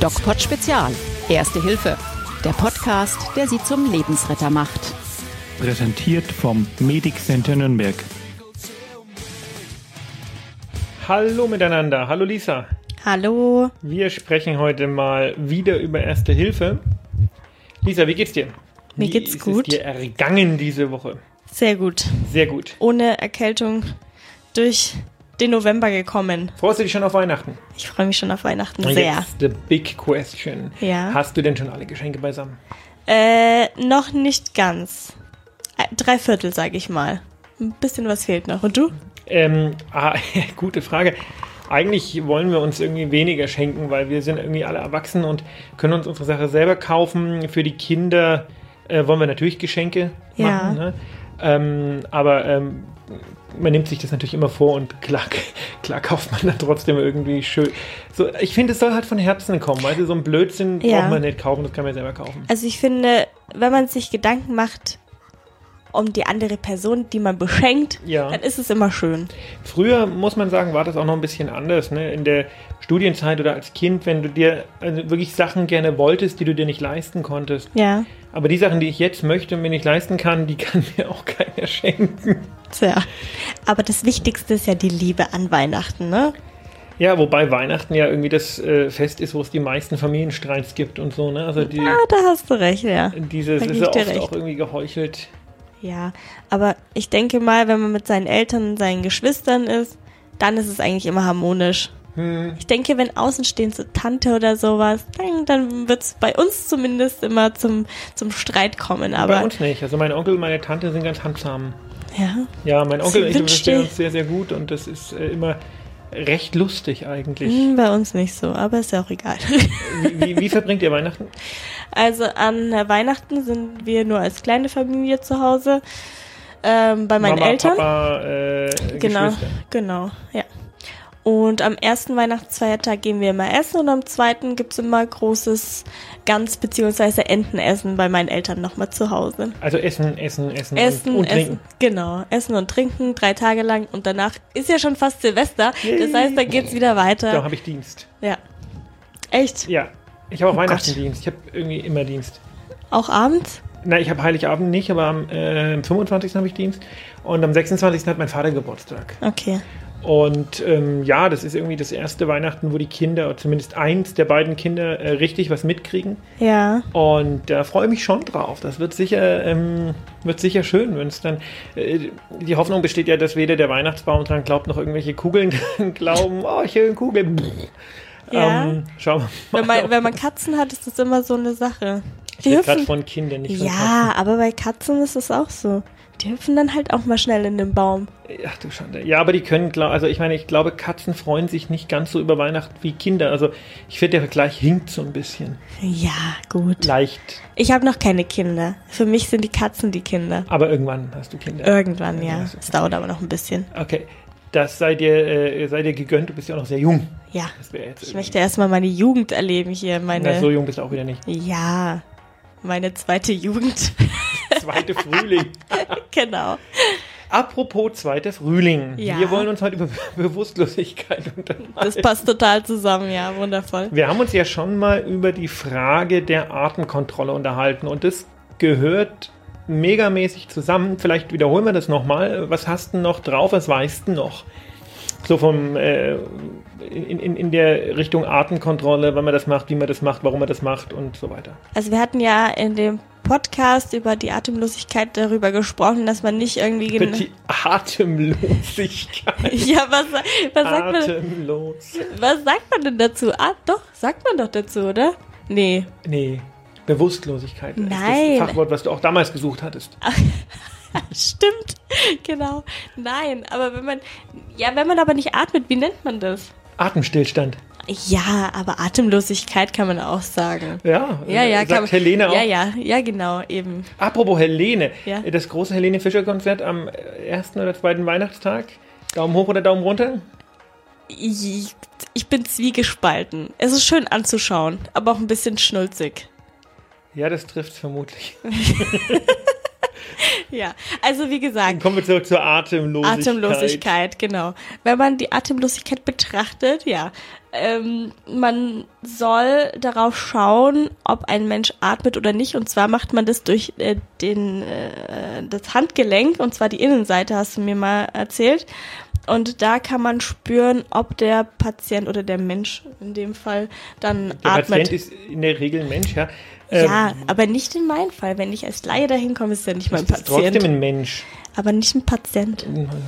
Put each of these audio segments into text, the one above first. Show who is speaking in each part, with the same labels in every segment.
Speaker 1: DocPod Spezial. Erste Hilfe. Der Podcast, der Sie zum Lebensretter macht.
Speaker 2: Präsentiert vom Medic Center Nürnberg.
Speaker 3: Hallo miteinander, hallo Lisa.
Speaker 1: Hallo.
Speaker 3: Wir sprechen heute mal wieder über Erste Hilfe. Lisa, wie geht's dir?
Speaker 4: Mir
Speaker 3: wie
Speaker 4: geht's
Speaker 3: ist
Speaker 4: gut.
Speaker 3: Es dir ergangen diese Woche.
Speaker 4: Sehr gut.
Speaker 3: Sehr gut.
Speaker 4: Ohne Erkältung durch den November gekommen.
Speaker 3: Freust du dich schon auf Weihnachten?
Speaker 4: Ich freue mich schon auf Weihnachten
Speaker 3: Und
Speaker 4: sehr.
Speaker 3: Jetzt the big question.
Speaker 4: Ja.
Speaker 3: Hast du denn schon alle Geschenke beisammen?
Speaker 4: Äh, noch nicht ganz. Äh, Drei Viertel, sage ich mal. Ein bisschen was fehlt noch. Und du?
Speaker 3: Ähm, ah, gute Frage. Eigentlich wollen wir uns irgendwie weniger schenken, weil wir sind irgendwie alle erwachsen und können uns unsere Sache selber kaufen. Für die Kinder äh, wollen wir natürlich Geschenke
Speaker 4: Ja.
Speaker 3: machen. Ne? Ähm, aber ähm, man nimmt sich das natürlich immer vor und klar, klar kauft man dann trotzdem irgendwie schön. So, ich finde, es soll halt von Herzen kommen. Also so ein Blödsinn
Speaker 4: Ja.
Speaker 3: braucht man nicht kaufen, das kann man selber kaufen.
Speaker 4: Also ich finde, wenn man sich Gedanken macht um die andere Person, die man beschenkt,
Speaker 3: Ja.
Speaker 4: dann ist es immer schön.
Speaker 3: Früher, muss man sagen, war das auch noch ein bisschen anders. Ne? In der Studienzeit oder als Kind, wenn du dir also wirklich Sachen gerne wolltest, die du dir nicht leisten konntest.
Speaker 4: Ja,
Speaker 3: Aber die Sachen, die ich jetzt möchte und mir nicht leisten kann, die kann mir auch keiner schenken.
Speaker 4: sehr. Aber das Wichtigste ist ja die Liebe an Weihnachten, ne?
Speaker 3: Ja, wobei Weihnachten ja irgendwie das äh, Fest ist, wo es die meisten Familienstreits gibt und so. Ne? Also die,
Speaker 4: Ah, da hast du recht, ja.
Speaker 3: dieses
Speaker 4: da
Speaker 3: ist
Speaker 4: geb
Speaker 3: ja
Speaker 4: ich
Speaker 3: oft
Speaker 4: dir recht.
Speaker 3: auch irgendwie geheuchelt.
Speaker 4: Ja, aber ich denke mal, wenn man mit seinen Eltern und seinen Geschwistern ist, dann ist es eigentlich immer harmonisch.
Speaker 3: Hm.
Speaker 4: Ich denke, wenn außenstehend so Tante oder sowas, dann, dann wird es bei uns zumindest immer zum, zum Streit kommen.
Speaker 3: Bei
Speaker 4: Aber
Speaker 3: uns nicht. Also mein Onkel und meine Tante sind ganz handsam.
Speaker 4: ja,
Speaker 3: Ja, mein Onkel und ich
Speaker 4: wünschte-
Speaker 3: verstehen uns sehr, sehr gut und das ist äh, immer recht lustig eigentlich.
Speaker 4: hm, bei uns nicht so, aber ist ja auch egal.
Speaker 3: Wie, wie, wie verbringt ihr Weihnachten?
Speaker 4: Also an Weihnachten sind wir nur als kleine Familie zu Hause. Ähm, bei meinen
Speaker 3: Mama,
Speaker 4: Eltern.
Speaker 3: Papa, äh,
Speaker 4: Genau,
Speaker 3: Geschwister.
Speaker 4: genau, ja. Und am ersten Weihnachtsfeiertag gehen wir immer essen und am zweiten gibt's immer großes Gans- bzw. Entenessen bei meinen Eltern nochmal zu Hause.
Speaker 3: Also Essen, Essen, Essen,
Speaker 4: Essen,
Speaker 3: und, und
Speaker 4: Essen,
Speaker 3: Trinken.
Speaker 4: genau. Essen und Trinken, drei Tage lang und danach ist ja schon fast Silvester. Das heißt, dann geht's wieder
Speaker 3: Da
Speaker 4: weiter.
Speaker 3: habe ich Dienst.
Speaker 4: Ja. Echt?
Speaker 3: Ja, ich habe auch Weihnachten
Speaker 4: Oh Gott.
Speaker 3: Dienst. Ich habe irgendwie immer Dienst.
Speaker 4: Auch abends?
Speaker 3: Nein, ich habe Heiligabend nicht, aber am äh, 25. habe ich Dienst. Und am 26. hat mein Vater Geburtstag.
Speaker 4: Okay.
Speaker 3: Und ähm, ja, das ist irgendwie das erste Weihnachten, wo die Kinder, oder zumindest eins der beiden Kinder, äh, richtig was mitkriegen.
Speaker 4: Ja.
Speaker 3: Und da freue ich mich schon drauf. Das wird sicher, ähm, wird sicher schön, wenn es dann. Äh, die Hoffnung besteht ja, dass weder der Weihnachtsbaum dran glaubt, noch irgendwelche Kugeln dran glauben. Oh, schön Kugeln.
Speaker 4: Ja.
Speaker 3: Ähm, schauen wir mal.
Speaker 4: Wenn man, wenn man Katzen hat, ist das immer so eine Sache. Die
Speaker 3: Gerade
Speaker 4: hüpfen
Speaker 3: von Kindern, nicht von
Speaker 4: Ja, aber bei Katzen ist es auch so. Die hüpfen dann halt auch mal schnell in den Baum.
Speaker 3: Katzen. Ach du Schande. Ja, aber die können, glaub, also ich meine, ich glaube, Katzen freuen sich nicht ganz so über Weihnachten wie Kinder. Also ich finde, der Vergleich hinkt so ein bisschen.
Speaker 4: Ja, gut.
Speaker 3: Leicht.
Speaker 4: Ich habe noch keine Kinder. Für mich sind die Katzen die Kinder.
Speaker 3: Aber irgendwann hast du Kinder.
Speaker 4: Irgendwann, ja.
Speaker 3: das ist-
Speaker 4: Es dauert aber noch ein bisschen.
Speaker 3: Okay. Das sei dir, äh, sei dir gegönnt. Du bist ja auch noch sehr jung.
Speaker 4: Ja.
Speaker 3: Das wäre jetzt.
Speaker 4: Ich möchte erstmal meine Jugend erleben hier.
Speaker 3: Na, so
Speaker 4: Meine.
Speaker 3: jung bist du auch wieder nicht.
Speaker 4: Ja. Meine zweite Jugend.
Speaker 3: Zweite Frühling.
Speaker 4: genau.
Speaker 3: Apropos zweiter Frühling.
Speaker 4: Ja.
Speaker 3: Wir wollen uns heute über Bewusstlosigkeit unterhalten.
Speaker 4: Das passt total zusammen, ja. Wundervoll.
Speaker 3: Wir haben uns ja schon mal über die Frage der Artenkontrolle unterhalten und das gehört megamäßig zusammen. Vielleicht wiederholen wir das nochmal. Was hast du noch drauf? Was weißt du noch? So vom äh, in, in, in der Richtung Artenkontrolle, wann man das macht, wie man das macht, warum man das macht und so weiter.
Speaker 4: Also wir hatten ja in dem Podcast über die Atemlosigkeit darüber gesprochen, dass man nicht irgendwie... gen-
Speaker 3: Die Atemlosigkeit.
Speaker 4: Ja, was, was
Speaker 3: Ah,
Speaker 4: sagt man?
Speaker 3: Atemlos.
Speaker 4: Was sagt man denn dazu? Ah, doch, sagt man doch dazu, oder? Nee.
Speaker 3: Nee, Bewusstlosigkeit ist
Speaker 4: Nein.
Speaker 3: das Fachwort, was du auch damals gesucht hattest.
Speaker 4: Stimmt. Genau. Nein, aber wenn man. Ja, wenn man aber nicht atmet, wie nennt man das?
Speaker 3: Atemstillstand.
Speaker 4: Ja, aber Atemlosigkeit kann man auch sagen.
Speaker 3: Ja,
Speaker 4: Ja, ja,
Speaker 3: sagt
Speaker 4: kann man.
Speaker 3: Helene auch.
Speaker 4: Ja, ja, ja, genau, eben.
Speaker 3: Apropos Helene,
Speaker 4: Ja.
Speaker 3: das große Helene Fischer Konzert am ersten oder zweiten Weihnachtstag. Daumen hoch oder Daumen runter?
Speaker 4: Ich, ich bin zwiegespalten. Es ist schön anzuschauen, aber auch ein bisschen schnulzig.
Speaker 3: Ja, das trifft vermutlich.
Speaker 4: Ja, also wie gesagt,
Speaker 3: Kommen wir zurück zur Atemlosigkeit.
Speaker 4: Atemlosigkeit, genau. Wenn man die Atemlosigkeit betrachtet, ja, ähm, man soll darauf schauen, ob ein Mensch atmet oder nicht. Und zwar macht man das durch äh, den, äh, das Handgelenk, und zwar die Innenseite, hast du mir mal erzählt. Und da kann man spüren, ob der Patient oder der Mensch in dem Fall dann
Speaker 3: Der
Speaker 4: atmet.
Speaker 3: Patient ist in der Regel ein Mensch, ja. Ähm,
Speaker 4: ja, aber nicht in meinem Fall. Wenn ich als Laie dahin komme, ist ja nicht mein
Speaker 3: ist das trotzdem
Speaker 4: Patient.
Speaker 3: ein Mensch.
Speaker 4: Aber nicht ein Patient.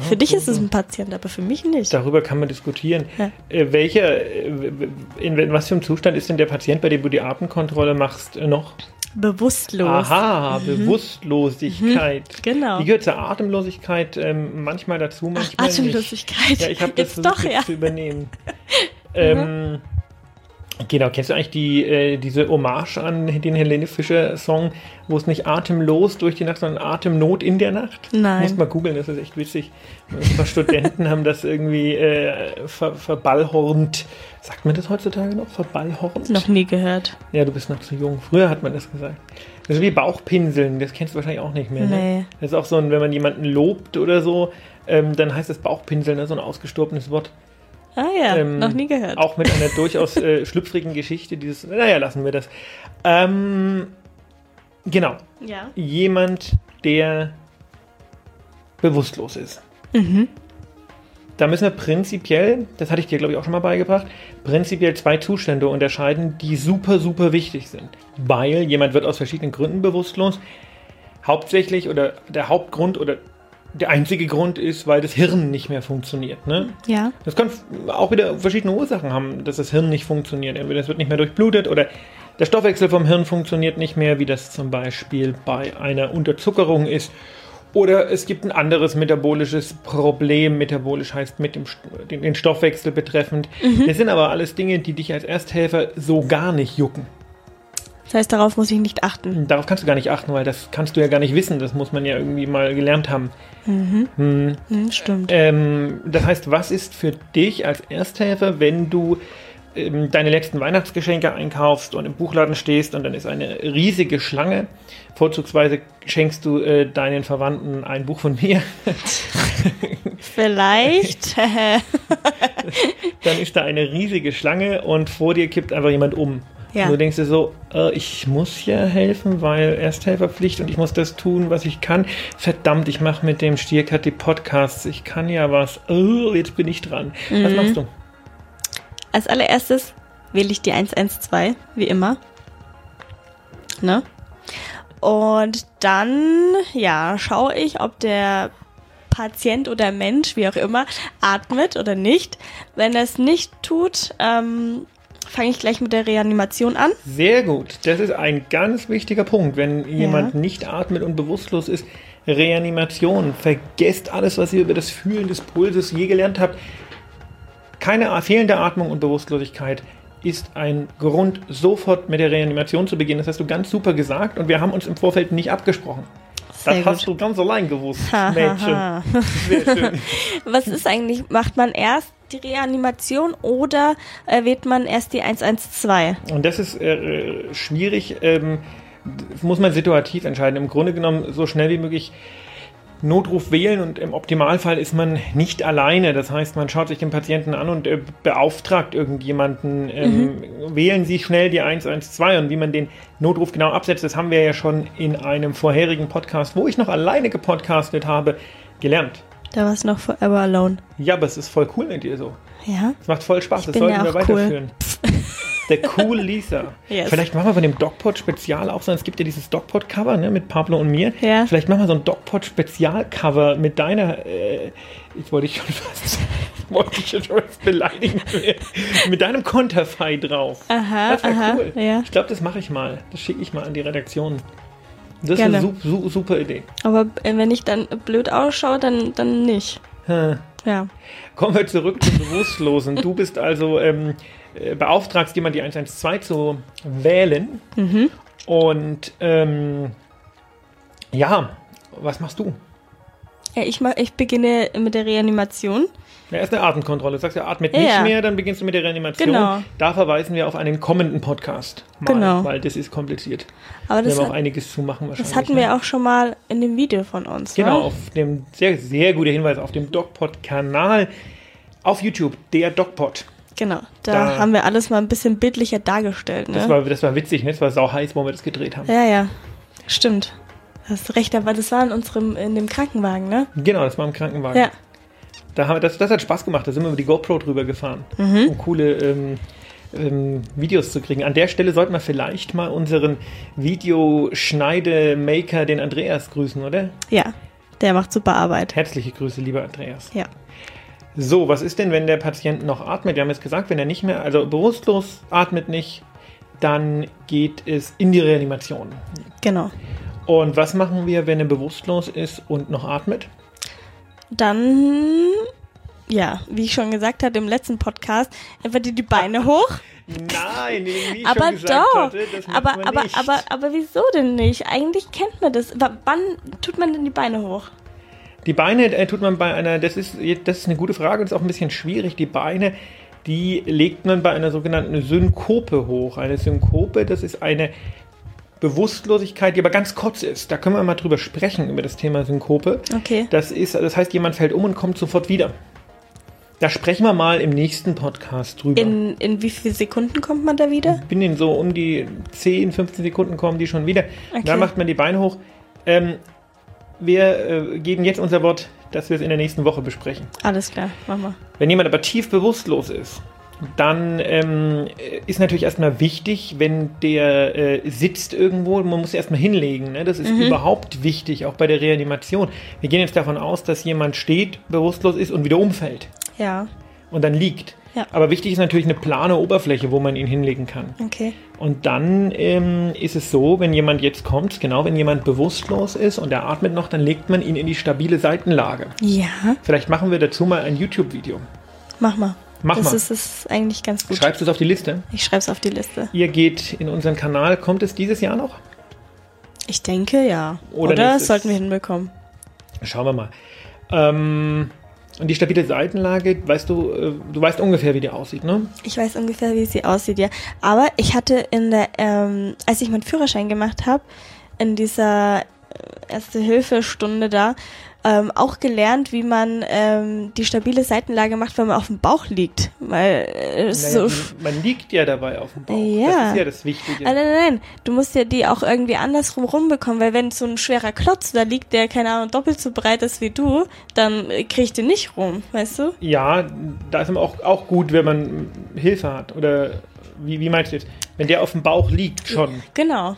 Speaker 4: Für dich ist es ein Patient, aber für mich nicht.
Speaker 3: Darüber kann man diskutieren.
Speaker 4: Ja.
Speaker 3: Äh, welcher, äh, in, wel- was für einem Zustand ist denn der Patient, bei dem du die Atemkontrolle machst, äh, noch?
Speaker 4: Bewusstlos. Mhm.
Speaker 3: Aha, Bewusstlosigkeit.
Speaker 4: Genau.
Speaker 3: Die gehört zur Atemlosigkeit ähm, manchmal dazu, manchmal nicht.
Speaker 4: Ach, Atemlosigkeit.
Speaker 3: Ja, ich habe das
Speaker 4: Jetzt
Speaker 3: versucht
Speaker 4: doch,
Speaker 3: jetzt
Speaker 4: ja. Mhm.
Speaker 3: zu übernehmen. ähm, genau, kennst du eigentlich die, äh, diese Hommage an den Helene Fischer-Song, wo es nicht atemlos durch die Nacht, sondern Atemnot in der Nacht?
Speaker 4: Nein.
Speaker 3: Muss mal googeln, das ist echt witzig. Ein paar Studenten haben das irgendwie äh, ver verballhornt. Sagt man das heutzutage noch? Verballhornt?
Speaker 4: Noch nie gehört.
Speaker 3: Ja, du bist noch zu jung. Früher hat man das gesagt. Das ist wie Bauchpinseln, das kennst du wahrscheinlich auch nicht mehr.
Speaker 4: Nee.
Speaker 3: Ne? Das ist auch so ein, wenn man jemanden lobt oder so, ähm, dann heißt das Bauchpinseln, ne? so ein ausgestorbenes Wort.
Speaker 4: Ah ja,
Speaker 3: Ähm,
Speaker 4: noch nie gehört.
Speaker 3: Auch mit einer durchaus äh, schlüpfrigen Geschichte, dieses, naja, lassen wir das. Ähm, genau,
Speaker 4: ja.
Speaker 3: jemand, der bewusstlos ist. Da müssen wir prinzipiell, das hatte ich dir glaube ich auch schon mal beigebracht, prinzipiell zwei Zustände unterscheiden, die super, super wichtig sind. Weil jemand wird aus verschiedenen Gründen bewusstlos. Hauptsächlich oder der Hauptgrund oder der einzige Grund ist, weil das Hirn nicht mehr funktioniert. Ne?
Speaker 4: Ja.
Speaker 3: Das kann f- auch wieder verschiedene Ursachen haben, dass das Hirn nicht funktioniert. Entweder es wird nicht mehr durchblutet oder der Stoffwechsel vom Hirn funktioniert nicht mehr, wie das zum Beispiel bei einer Unterzuckerung ist. Oder es gibt ein anderes metabolisches Problem. Metabolisch heißt mit dem, St- den, den Stoffwechsel betreffend. Das sind aber alles Dinge, die dich als Ersthelfer so gar nicht jucken.
Speaker 4: Das heißt, darauf muss ich nicht achten.
Speaker 3: Darauf kannst du gar nicht achten, weil das kannst du ja gar nicht wissen. Das muss man ja irgendwie mal gelernt haben. Äh,
Speaker 4: Hm, stimmt.
Speaker 3: Ähm, das heißt, was ist für dich als Ersthelfer, wenn du ähm, deine letzten Weihnachtsgeschenke einkaufst und im Buchladen stehst und dann ist eine riesige Schlange? Vorzugsweise schenkst du äh, deinen Verwandten ein Buch von mir.
Speaker 4: Vielleicht.
Speaker 3: Dann ist da eine riesige Schlange und vor dir kippt einfach jemand um.
Speaker 4: Ja.
Speaker 3: Und du denkst dir so, äh, ich muss ja helfen, weil Ersthelferpflicht und ich muss das tun, was ich kann. Verdammt, ich mache mit dem Stierkat die Podcasts, ich kann ja was. Oh, jetzt bin ich dran. Was machst du?
Speaker 4: Als allererstes wähle ich die 112, wie immer. Ne? Und dann, ja, schaue ich, ob der Patient oder Mensch, wie auch immer, atmet oder nicht. Wenn er es nicht tut, ähm, fange ich gleich mit der Reanimation an.
Speaker 3: Sehr gut. Das ist ein ganz wichtiger Punkt. Wenn jemand nicht atmet und bewusstlos ist, Reanimation. Vergesst alles, was ihr über das Fühlen des Pulses je gelernt habt. Keine a- fehlende Atmung und Bewusstlosigkeit ist ein Grund, sofort mit der Reanimation zu beginnen. Das hast du ganz super gesagt und wir haben uns im Vorfeld nicht abgesprochen. Das
Speaker 4: Sehr
Speaker 3: hast
Speaker 4: gut.
Speaker 3: du ganz allein gewusst,
Speaker 4: Ha, ha,
Speaker 3: Mädchen.
Speaker 4: ha.
Speaker 3: Sehr schön.
Speaker 4: Was ist eigentlich? Macht man erst die Reanimation oder äh, wählt man erst die 112?
Speaker 3: Und das ist äh, schwierig, ähm, das muss man situativ entscheiden. Im Grunde genommen so schnell wie möglich Notruf wählen und im Optimalfall ist man nicht alleine. Das heißt, man schaut sich den Patienten an und äh, beauftragt irgendjemanden, ähm, wählen Sie schnell die 112 und wie man den Notruf genau absetzt, das haben wir ja schon in einem vorherigen Podcast, wo ich noch alleine gepodcastet habe, gelernt.
Speaker 4: Da war es noch Forever Alone.
Speaker 3: Ja, aber es ist voll cool mit dir so.
Speaker 4: Ja?
Speaker 3: Es macht voll Spaß, das
Speaker 4: bin
Speaker 3: sollten
Speaker 4: ja
Speaker 3: wir
Speaker 4: auch cool.
Speaker 3: weiterführen. Der Cool Lisa.
Speaker 4: Yes.
Speaker 3: Vielleicht machen wir von dem Dogpod-Spezial auch so. Es gibt ja dieses Dogpod-Cover ne, mit Pablo und mir.
Speaker 4: Ja.
Speaker 3: Vielleicht machen wir so ein Dogpod-Spezial-Cover mit deiner. Äh, ich wollte dich schon fast. wollte ich schon fast beleidigen. mit deinem Konterfei drauf.
Speaker 4: Aha,
Speaker 3: das wär
Speaker 4: Ah, aha,
Speaker 3: cool.
Speaker 4: ja.
Speaker 3: Ich glaube, das mache ich mal. Das schicke ich mal an die Redaktion. Das
Speaker 4: Gerne.
Speaker 3: ist eine su- su- super Idee.
Speaker 4: Aber äh, wenn ich dann blöd ausschaue, dann, dann nicht.
Speaker 3: Hm.
Speaker 4: Ja.
Speaker 3: Kommen wir zurück zum Bewusstlosen. Du bist also ähm, äh, beauftragst jemand die 112 zu wählen. Und ähm, ja, was machst du?
Speaker 4: ja ich, mach, ich beginne mit der Reanimation.
Speaker 3: Ja, erst eine Atemkontrolle. Du sagst ja, atmet
Speaker 4: Ja,
Speaker 3: nicht
Speaker 4: ja.
Speaker 3: mehr, dann beginnst du mit der Reanimation.
Speaker 4: Genau.
Speaker 3: Da verweisen wir auf einen kommenden Podcast. Mal,
Speaker 4: Genau.
Speaker 3: Weil das ist kompliziert.
Speaker 4: Aber
Speaker 3: Wir
Speaker 4: das,
Speaker 3: haben auch
Speaker 4: hat,
Speaker 3: einiges zu machen wahrscheinlich.
Speaker 4: das hatten wir
Speaker 3: ne?
Speaker 4: auch schon mal in dem Video von uns.
Speaker 3: Genau,
Speaker 4: Ne?
Speaker 3: auf dem sehr, sehr guter Hinweis auf dem DocPod-Kanal auf YouTube, der DocPod.
Speaker 4: Genau. Da,
Speaker 3: Da-
Speaker 4: haben wir alles mal ein bisschen bildlicher dargestellt. Ne?
Speaker 3: Das, war, das war witzig, ne? Das war sau heiß, wo wir das gedreht haben.
Speaker 4: ja, ja. Stimmt. Hast recht, aber das war in unserem, in dem Krankenwagen, ne?
Speaker 3: Genau, das war im Krankenwagen.
Speaker 4: Ja.
Speaker 3: Da haben wir, das, das hat Spaß gemacht, da sind wir über die GoPro drüber gefahren,
Speaker 4: Mhm.
Speaker 3: um coole ähm, ähm, Videos zu kriegen. An der Stelle sollten wir vielleicht mal unseren Videoschneidemaker, den Andreas, grüßen, oder?
Speaker 4: Ja. Der macht super Arbeit.
Speaker 3: Herzliche Grüße, lieber Andreas.
Speaker 4: Ja.
Speaker 3: So, was ist denn, wenn der Patient noch atmet? Wir haben jetzt gesagt, wenn er nicht mehr, also bewusstlos atmet nicht, dann geht es in die Reanimation.
Speaker 4: Genau.
Speaker 3: Und was machen wir, wenn er bewusstlos ist und noch atmet?
Speaker 4: Dann, ja, wie ich schon gesagt hatte im letzten Podcast, einfach die, die Beine hoch.
Speaker 3: Nein, wie ich
Speaker 4: aber
Speaker 3: schon gesagt
Speaker 4: doch.
Speaker 3: hatte, das macht
Speaker 4: aber,
Speaker 3: man
Speaker 4: aber,
Speaker 3: nicht.
Speaker 4: aber, aber wieso denn nicht? Eigentlich kennt man das. W wann tut man denn die Beine hoch?
Speaker 3: Die Beine äh, tut man bei einer, das ist, das ist eine gute Frage und ist auch ein bisschen schwierig. Die Beine, die legt man bei einer sogenannten Synkope hoch. Eine Synkope, das ist eine Bewusstlosigkeit, die aber ganz kurz ist. Da können wir mal drüber sprechen, über das Thema Synkope.
Speaker 4: Okay.
Speaker 3: Das ist, das heißt, jemand fällt um und kommt sofort wieder. Da sprechen wir mal im nächsten Podcast drüber.
Speaker 4: In, in wie vielen Sekunden kommt man da wieder?
Speaker 3: Ich bin in so um die 10, 15 Sekunden kommen die schon wieder.
Speaker 4: Okay.
Speaker 3: Da macht man die Beine hoch. Ähm, wir äh, geben jetzt unser Wort, dass wir es in der nächsten Woche besprechen.
Speaker 4: Alles klar, mach mal.
Speaker 3: Wenn jemand aber tief bewusstlos ist, dann ähm, ist natürlich erstmal wichtig, wenn der äh, sitzt irgendwo, man muss erstmal hinlegen. Ne? Das ist
Speaker 4: Mhm.
Speaker 3: überhaupt wichtig, auch bei der Reanimation. Wir gehen jetzt davon aus, dass jemand steht, bewusstlos ist und wieder umfällt
Speaker 4: Ja,
Speaker 3: und dann liegt.
Speaker 4: Ja.
Speaker 3: Aber wichtig ist natürlich eine plane Oberfläche, wo man ihn hinlegen kann.
Speaker 4: okay.
Speaker 3: Und dann ähm, ist es so, wenn jemand jetzt kommt, genau, wenn jemand bewusstlos ist und er atmet noch, dann legt man ihn in die stabile Seitenlage.
Speaker 4: Ja,
Speaker 3: Vielleicht machen wir dazu mal ein YouTube-Video.
Speaker 4: mach mal.
Speaker 3: Mach
Speaker 4: das
Speaker 3: mal.
Speaker 4: Ist, das ist eigentlich ganz gut.
Speaker 3: Schreibst du es auf die Liste?
Speaker 4: Ich schreib's auf die Liste.
Speaker 3: Ihr geht in unseren Kanal. Kommt es dieses Jahr noch?
Speaker 4: Ich denke, ja.
Speaker 3: Oder
Speaker 4: Oder,
Speaker 3: nächstes.
Speaker 4: das sollten wir hinbekommen.
Speaker 3: Schauen wir mal. Ähm, und die stabile Seitenlage, weißt du, äh, du weißt ungefähr, wie die aussieht, ne?
Speaker 4: Ich weiß ungefähr, wie sie aussieht, ja. Aber ich hatte in der, ähm, als ich meinen Führerschein gemacht habe, in dieser äh, Erste-Hilfe-Stunde da, ähm, auch gelernt, wie man ähm, die stabile Seitenlage macht, wenn man auf dem Bauch liegt. Weil äh, so.
Speaker 3: Naja, die- man liegt ja dabei auf dem Bauch. Das
Speaker 4: Ja.
Speaker 3: ist ja das Wichtige.
Speaker 4: Ah, nein, nein, nein. Du musst ja die auch irgendwie andersrum rumbekommen, weil wenn so ein schwerer Klotz da liegt, der, keine Ahnung, doppelt so breit ist wie du, dann äh, krieg ich den nicht rum, weißt du?
Speaker 3: Ja, da ist immer auch, auch gut, wenn man Hilfe hat. Oder wie, wie meinst du jetzt? Wenn der auf dem Bauch liegt schon.
Speaker 4: Genau.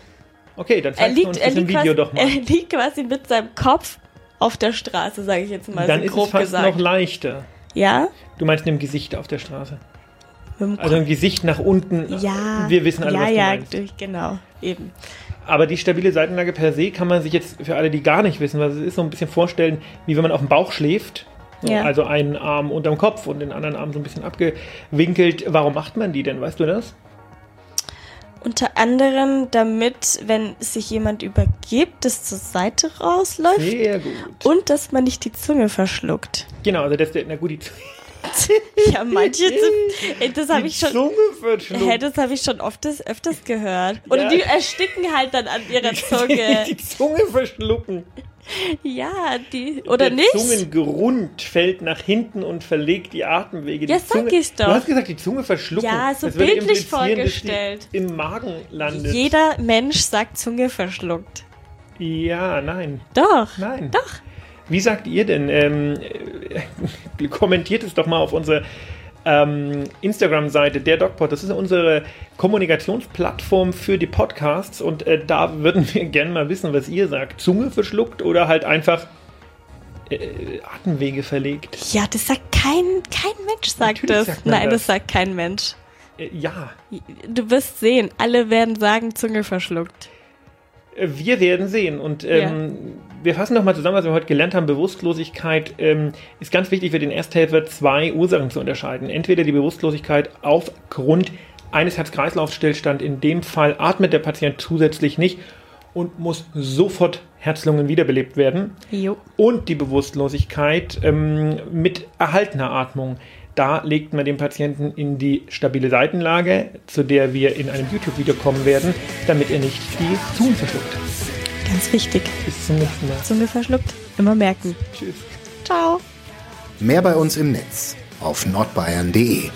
Speaker 3: Okay, dann
Speaker 4: Er
Speaker 3: zeigst du
Speaker 4: liegt,
Speaker 3: uns
Speaker 4: er,
Speaker 3: das im
Speaker 4: liegt
Speaker 3: Video
Speaker 4: quasi,
Speaker 3: doch
Speaker 4: er
Speaker 3: mal.
Speaker 4: liegt quasi mit seinem Kopf auf der Straße, sage ich jetzt mal
Speaker 3: Dann
Speaker 4: so
Speaker 3: ist
Speaker 4: grob
Speaker 3: es fast
Speaker 4: gesagt.
Speaker 3: noch leichter.
Speaker 4: ja?
Speaker 3: Du meinst mit dem Gesicht auf der Straße.
Speaker 4: Mit dem
Speaker 3: Also
Speaker 4: Kopf.
Speaker 3: im Gesicht nach unten.
Speaker 4: ja.
Speaker 3: Wir wissen alle,
Speaker 4: ja,
Speaker 3: was du
Speaker 4: ja,
Speaker 3: meinst.
Speaker 4: durch- genau. Eben.
Speaker 3: Aber die stabile Seitenlage per se kann man sich jetzt für alle, die gar nicht wissen, was es ist, so ein bisschen vorstellen, wie wenn man auf dem Bauch schläft. So,
Speaker 4: Ja.
Speaker 3: Also einen Arm unterm Kopf und den anderen Arm so ein bisschen abgewinkelt. Warum macht man die denn? Weißt du das?
Speaker 4: Unter anderem, damit, wenn sich jemand übergibt, es zur Seite rausläuft
Speaker 3: Sehr gut.
Speaker 4: und dass man nicht die Zunge verschluckt.
Speaker 3: Genau, also das ist der, na gut, die,
Speaker 4: ja, manche. Zungen- Ey, das habe
Speaker 3: die
Speaker 4: ich schon.
Speaker 3: Zunge verschluckt.
Speaker 4: Hä, das habe ich schon oft, öfters gehört. Oder
Speaker 3: Ja.
Speaker 4: die ersticken halt dann an ihrer Zunge.
Speaker 3: Die Zunge verschlucken.
Speaker 4: ja, die.
Speaker 3: der
Speaker 4: Oder nicht?
Speaker 3: Zungengrund fällt nach hinten und verlegt die Atemwege.
Speaker 4: Ja,
Speaker 3: die
Speaker 4: sag
Speaker 3: Zunge,
Speaker 4: ich doch.
Speaker 3: Du hast gesagt, die Zunge verschlucken.
Speaker 4: Ja, so
Speaker 3: Das würde
Speaker 4: bildlich
Speaker 3: implizieren, dass die
Speaker 4: vorgestellt.
Speaker 3: Im Magen landet.
Speaker 4: Jeder Mensch sagt Zunge verschluckt.
Speaker 3: ja, nein.
Speaker 4: Doch.
Speaker 3: Nein.
Speaker 4: Doch.
Speaker 3: Wie sagt ihr denn? Ähm, äh, kommentiert es doch mal auf unsere ähm, Instagram-Seite, der DocPod. Das ist unsere Kommunikationsplattform für die Podcasts und äh, da würden wir gerne mal wissen, was ihr sagt. Zunge verschluckt oder halt einfach äh, Atemwege verlegt.
Speaker 4: Ja, das sagt kein, kein Mensch sagt
Speaker 3: Natürlich
Speaker 4: das.
Speaker 3: sagt man
Speaker 4: Nein, das.
Speaker 3: das.
Speaker 4: sagt kein Mensch.
Speaker 3: Äh, ja.
Speaker 4: Du wirst sehen, alle werden sagen, Zunge verschluckt.
Speaker 3: Wir werden sehen. Und ähm, wir fassen nochmal zusammen, was wir heute gelernt haben. Bewusstlosigkeit ähm, ist ganz wichtig für den Ersthelfer, zwei Ursachen zu unterscheiden. Entweder die Bewusstlosigkeit aufgrund eines Herz-Kreislauf-Stillstand, in dem Fall atmet der Patient zusätzlich nicht und muss sofort Herzlungen wiederbelebt werden
Speaker 4: Jo.
Speaker 3: und die Bewusstlosigkeit ähm, mit erhaltener Atmung. Da legt man den Patienten in die stabile Seitenlage, zu der wir in einem YouTube-Video kommen werden, damit er nicht die Zunge verschluckt.
Speaker 4: Ganz wichtig.
Speaker 3: Bis zum nächsten Mal.
Speaker 4: Zunge verschluckt. Immer merken.
Speaker 3: Tschüss.
Speaker 4: Ciao.
Speaker 5: Mehr bei uns im Netz auf nordbayern.de.